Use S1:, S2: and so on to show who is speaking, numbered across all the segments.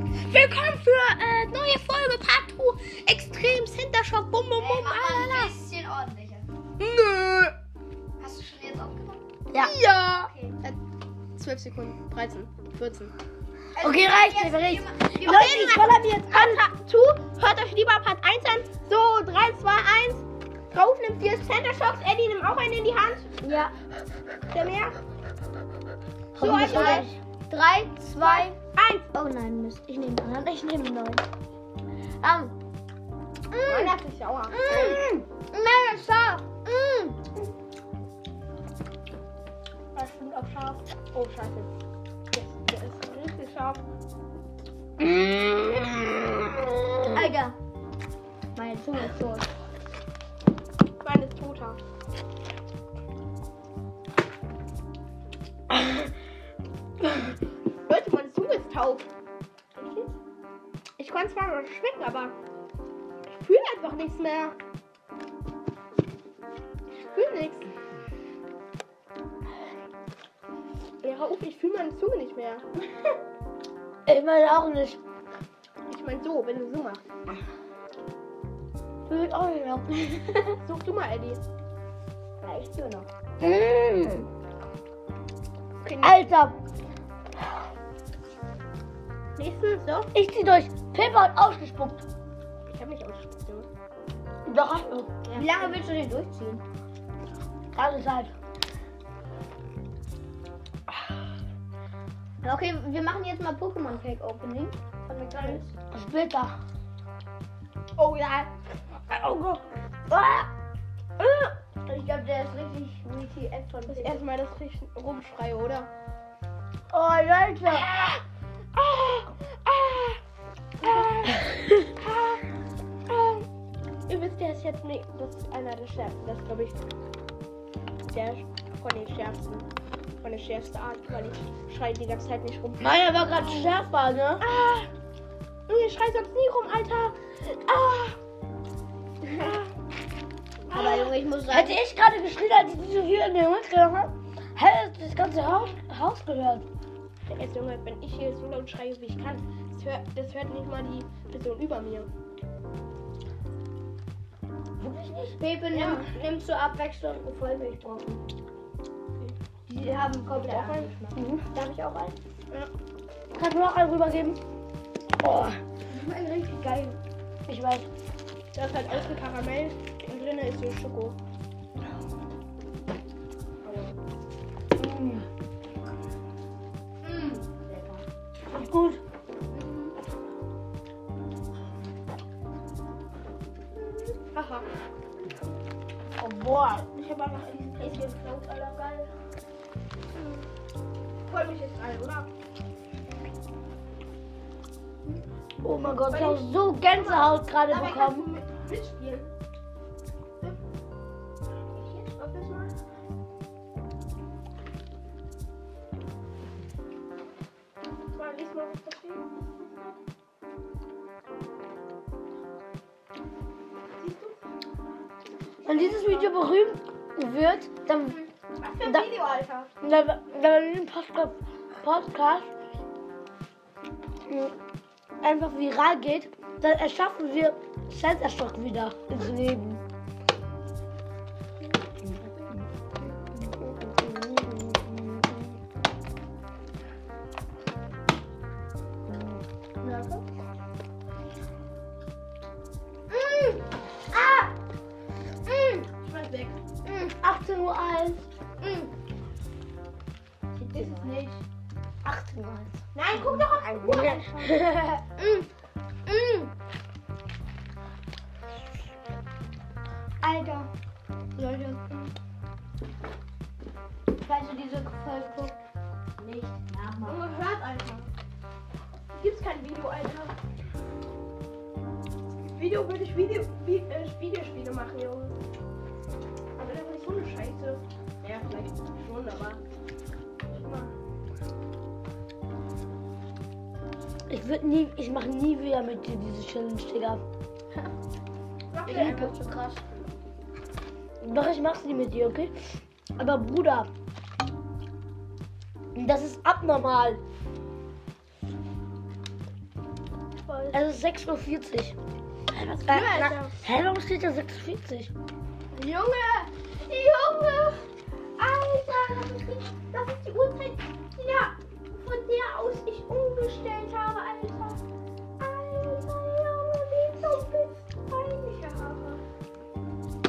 S1: willkommen für äh, neue Folge Part 2 Extremes Hinterschock. Bum, bum,
S2: Ey,
S1: bum,
S2: mach mal
S1: alala.
S2: ein bisschen ordentlicher.
S1: Nö.
S2: Hast du schon jetzt aufgemacht?
S1: Ja. ja.
S2: Okay.
S1: 12 Sekunden. 13, 14.
S2: Also,
S1: Okay, reicht,
S2: jetzt-
S1: reicht.
S2: wir machen- wir
S1: Leute,
S2: machen-
S1: ich baller mir jetzt an. Zu. Hört euch lieber Part 1 an. So, 3, 2, 1. Rauf nimmt dir Center Shocks. Eddie nimmt auch einen in die Hand.
S3: Ja.
S1: Der mehr. So,
S3: So,
S1: also
S3: also
S1: drei.
S3: 3, 2,
S1: 1.
S3: oh nein, Mist. Ich nehme einen anderen, ich nehme einen neuen. Ähm,
S1: Weihnachtlich, aua. 嗯
S3: mm, mega scharf. Mm.
S1: Das stimmt auch scharf. Oh, scheiße. Der, der ist richtig scharf.
S2: 哎
S3: Alter. Meine Zunge ist tot.
S1: Meine ist toter. Leute, meine Zunge ist taub. Ich kann zwar noch schmecken, aber ich fühle einfach nichts mehr. Ich fühle nichts. Ja, hör auf, ich fühle meine Zunge nicht mehr.
S3: Ich meine auch nicht.
S1: Ich meine so, wenn du so machst.
S3: Fühlt auch nicht noch.
S1: Such du mal, Eddie.
S3: Ja, ich tue noch.
S1: Okay,
S3: Alter,
S1: nächsten, so.
S3: ich zieh durch. Pippa hat ausgespuckt.
S1: Ich habe mich ausgesprochen.
S3: Doch, hast du. Wie lange willst du den durchziehen? Gerade Zeit.
S2: Okay, wir machen jetzt mal Pokémon Cake Opening von McDonalds.
S3: Später.
S1: Oh ja. Oh Gott.
S3: Ah!
S1: Ah.
S2: Ich glaube, der ist richtig WTF von
S1: Das
S2: Pizza.
S1: erste Mal, dass ich rumschreie, oder? Ah.
S3: Oh, Leute.
S1: Ah. Ihr wisst, der ist jetzt nicht. Das ist einer der schärfsten. Das ist, glaube ich, der von den schärfsten. Von der schärfsten Art, weil ich schreie die ganze Zeit nicht rum.
S3: Meiner war gerade schärfer, ne?
S1: Ah! Junge, ich schreie sonst nie rum, Alter. Ah! ah.
S2: Aber Junge, ich muss sagen,
S3: Ah. Hätte ich gerade geschrien, als ich diese hier in den Mund genommen habe, hätte das ganze Haus, Haus gehört.
S1: Jetzt, Junge, wenn ich hier so laut schreie, wie ich kann, das hört, das hört nicht mal die Person über mir.
S3: Wirklich nicht?
S2: Pepe, nimm, nimm zur Abwechslung eine Vollmilchbrocken. Die haben komplett
S1: Darf
S2: anderen Geschmack.
S3: Mhm.
S2: Darf ich auch einen?
S3: Kannst du noch einen rübergeben? Oh,
S2: Ich meine, richtig geil.
S3: ich weiß.
S1: Da ist halt außen Karamell und drinnen ist so Schoko.
S3: Mm.
S2: Mm. Lecker.
S3: Ist gut.
S1: Haha.
S3: Oh, boah.
S1: Ich habe aber noch diesen
S2: Ist geflaut, aller geil.
S1: Voll mich jetzt ein, oder?
S3: Oh mein Gott, ich habe so Gänsehaut gerade
S1: Dabei kannst du
S3: bekommen.
S1: mit, mitspielen. Hier, stopp das mal. Mal, lies mal, was da steht. Siehst du?
S3: Wenn dieses Video berühmt wird, dann,
S1: Was für ein
S3: Da-
S1: Video, Alter.
S3: dann, dann werden wir den Podcast, Podcast mm, einfach viral geht, dann erschaffen wir Sensorstock wieder ins Leben.
S2: Mm. Ah! Mm.
S1: Schmeiß weg.
S2: Mm.
S3: 18 Uhr 1.
S2: Mm. Das ist nicht.
S3: 18 Uhr 1.
S1: Nein, guck doch auf die Uhr.
S2: Mm. Mm. Alter. Leute. Falls ihr diese Folge guckt, nicht nachmachen.
S1: Junge, hört, Alter. Gibt's kein Video, Alter. Video würde ich Video, Vi äh, Videospiele machen, Junge. Aber das ist so eine Scheiße. Ja, vielleicht schon, aber. Guck mal.
S3: Ich würde nie, ich mache nie wieder mit dir diese Challenge, Digga.
S1: Mach
S2: Ich
S1: mir einfach.
S2: bin zu krass.
S3: Doch, ich mach's nie mit dir, okay? Aber Bruder, das ist abnormal.
S2: voll.
S3: Es ist 6.40 Uhr.
S1: Was
S3: Äh,
S1: für
S3: na,
S1: Alter?
S3: hä, warum steht da 6.40 Uhr?
S2: Junge! Junge! Alter! Das ist die- das ist die Uhrzeit, die da, von der aus ich umgestellt habe, Alter. Alter, Junge, wie dumm bist du? Ich habe.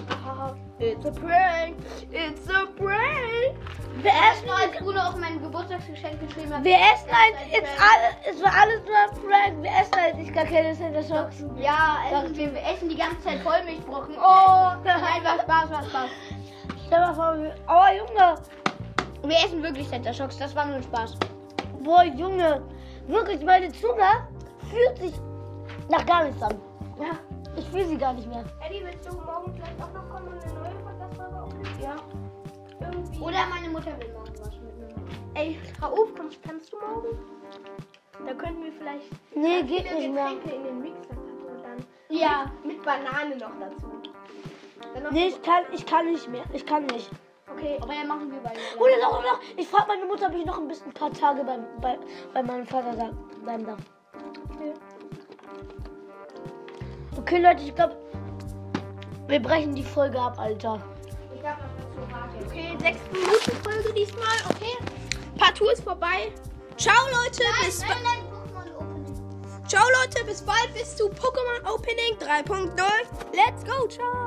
S2: Haha.
S1: It's a prank! It's a prank!
S3: Wir essen,
S2: Erstmal, als Bruder auf mein Geburtstagsgeschenk geschrieben hat.
S3: wir essen halt jetzt alle, es war alles nur ein Prank. Wir essen halt nicht gar keine Center Shocks.
S2: Ja, also wir essen die ganze Zeit Vollmilchbrocken. Oh, nein, war Spaß, war Spaß.
S3: Stell mal vor, wir, oh Junge,
S2: Wir essen wirklich Center Shocks, das war nur ein Spaß.
S3: boah Junge, wirklich meine Zunge fühlt sich nach gar nichts an.
S2: Ja.
S3: Ich fühle sie gar nicht mehr.
S1: Eddie, willst du morgen vielleicht auch noch kommen und eine neue Podcast-Folge aufnehmen? Ja. Irgendwie.
S2: Oder meine Mutter will morgen was mit mir machen.
S1: Ey, hör auf, komm, kannst du morgen? Da könnten wir vielleicht
S3: Nee, geht
S1: viele
S3: nicht mehr.
S1: Getränke in den Mixer packen und dann
S2: Ja.
S1: mit Banane noch dazu. Dann noch
S3: Nee, ich kann, ich kann nicht mehr. Ich kann nicht.
S1: Okay,
S2: Aber dann machen wir beide.
S1: Oh.
S3: Oder noch, noch. Ich frage meine Mutter, ob ich noch ein bisschen ein paar Tage bei, bei, bei meinem Vater da, bleiben darf.
S1: okay.
S3: Okay, Leute, ich glaube, wir brechen die Folge ab, Alter.
S2: Ich glaube, das ist so hart.
S1: Okay, sechs Minuten Folge diesmal, okay? Partout ist vorbei. Ciao Leute, bis
S2: Nein, nein, Pokémon Opening.
S1: Ciao Leute, bis bald bis zu Pokémon Opening 3.0. Let's go, ciao.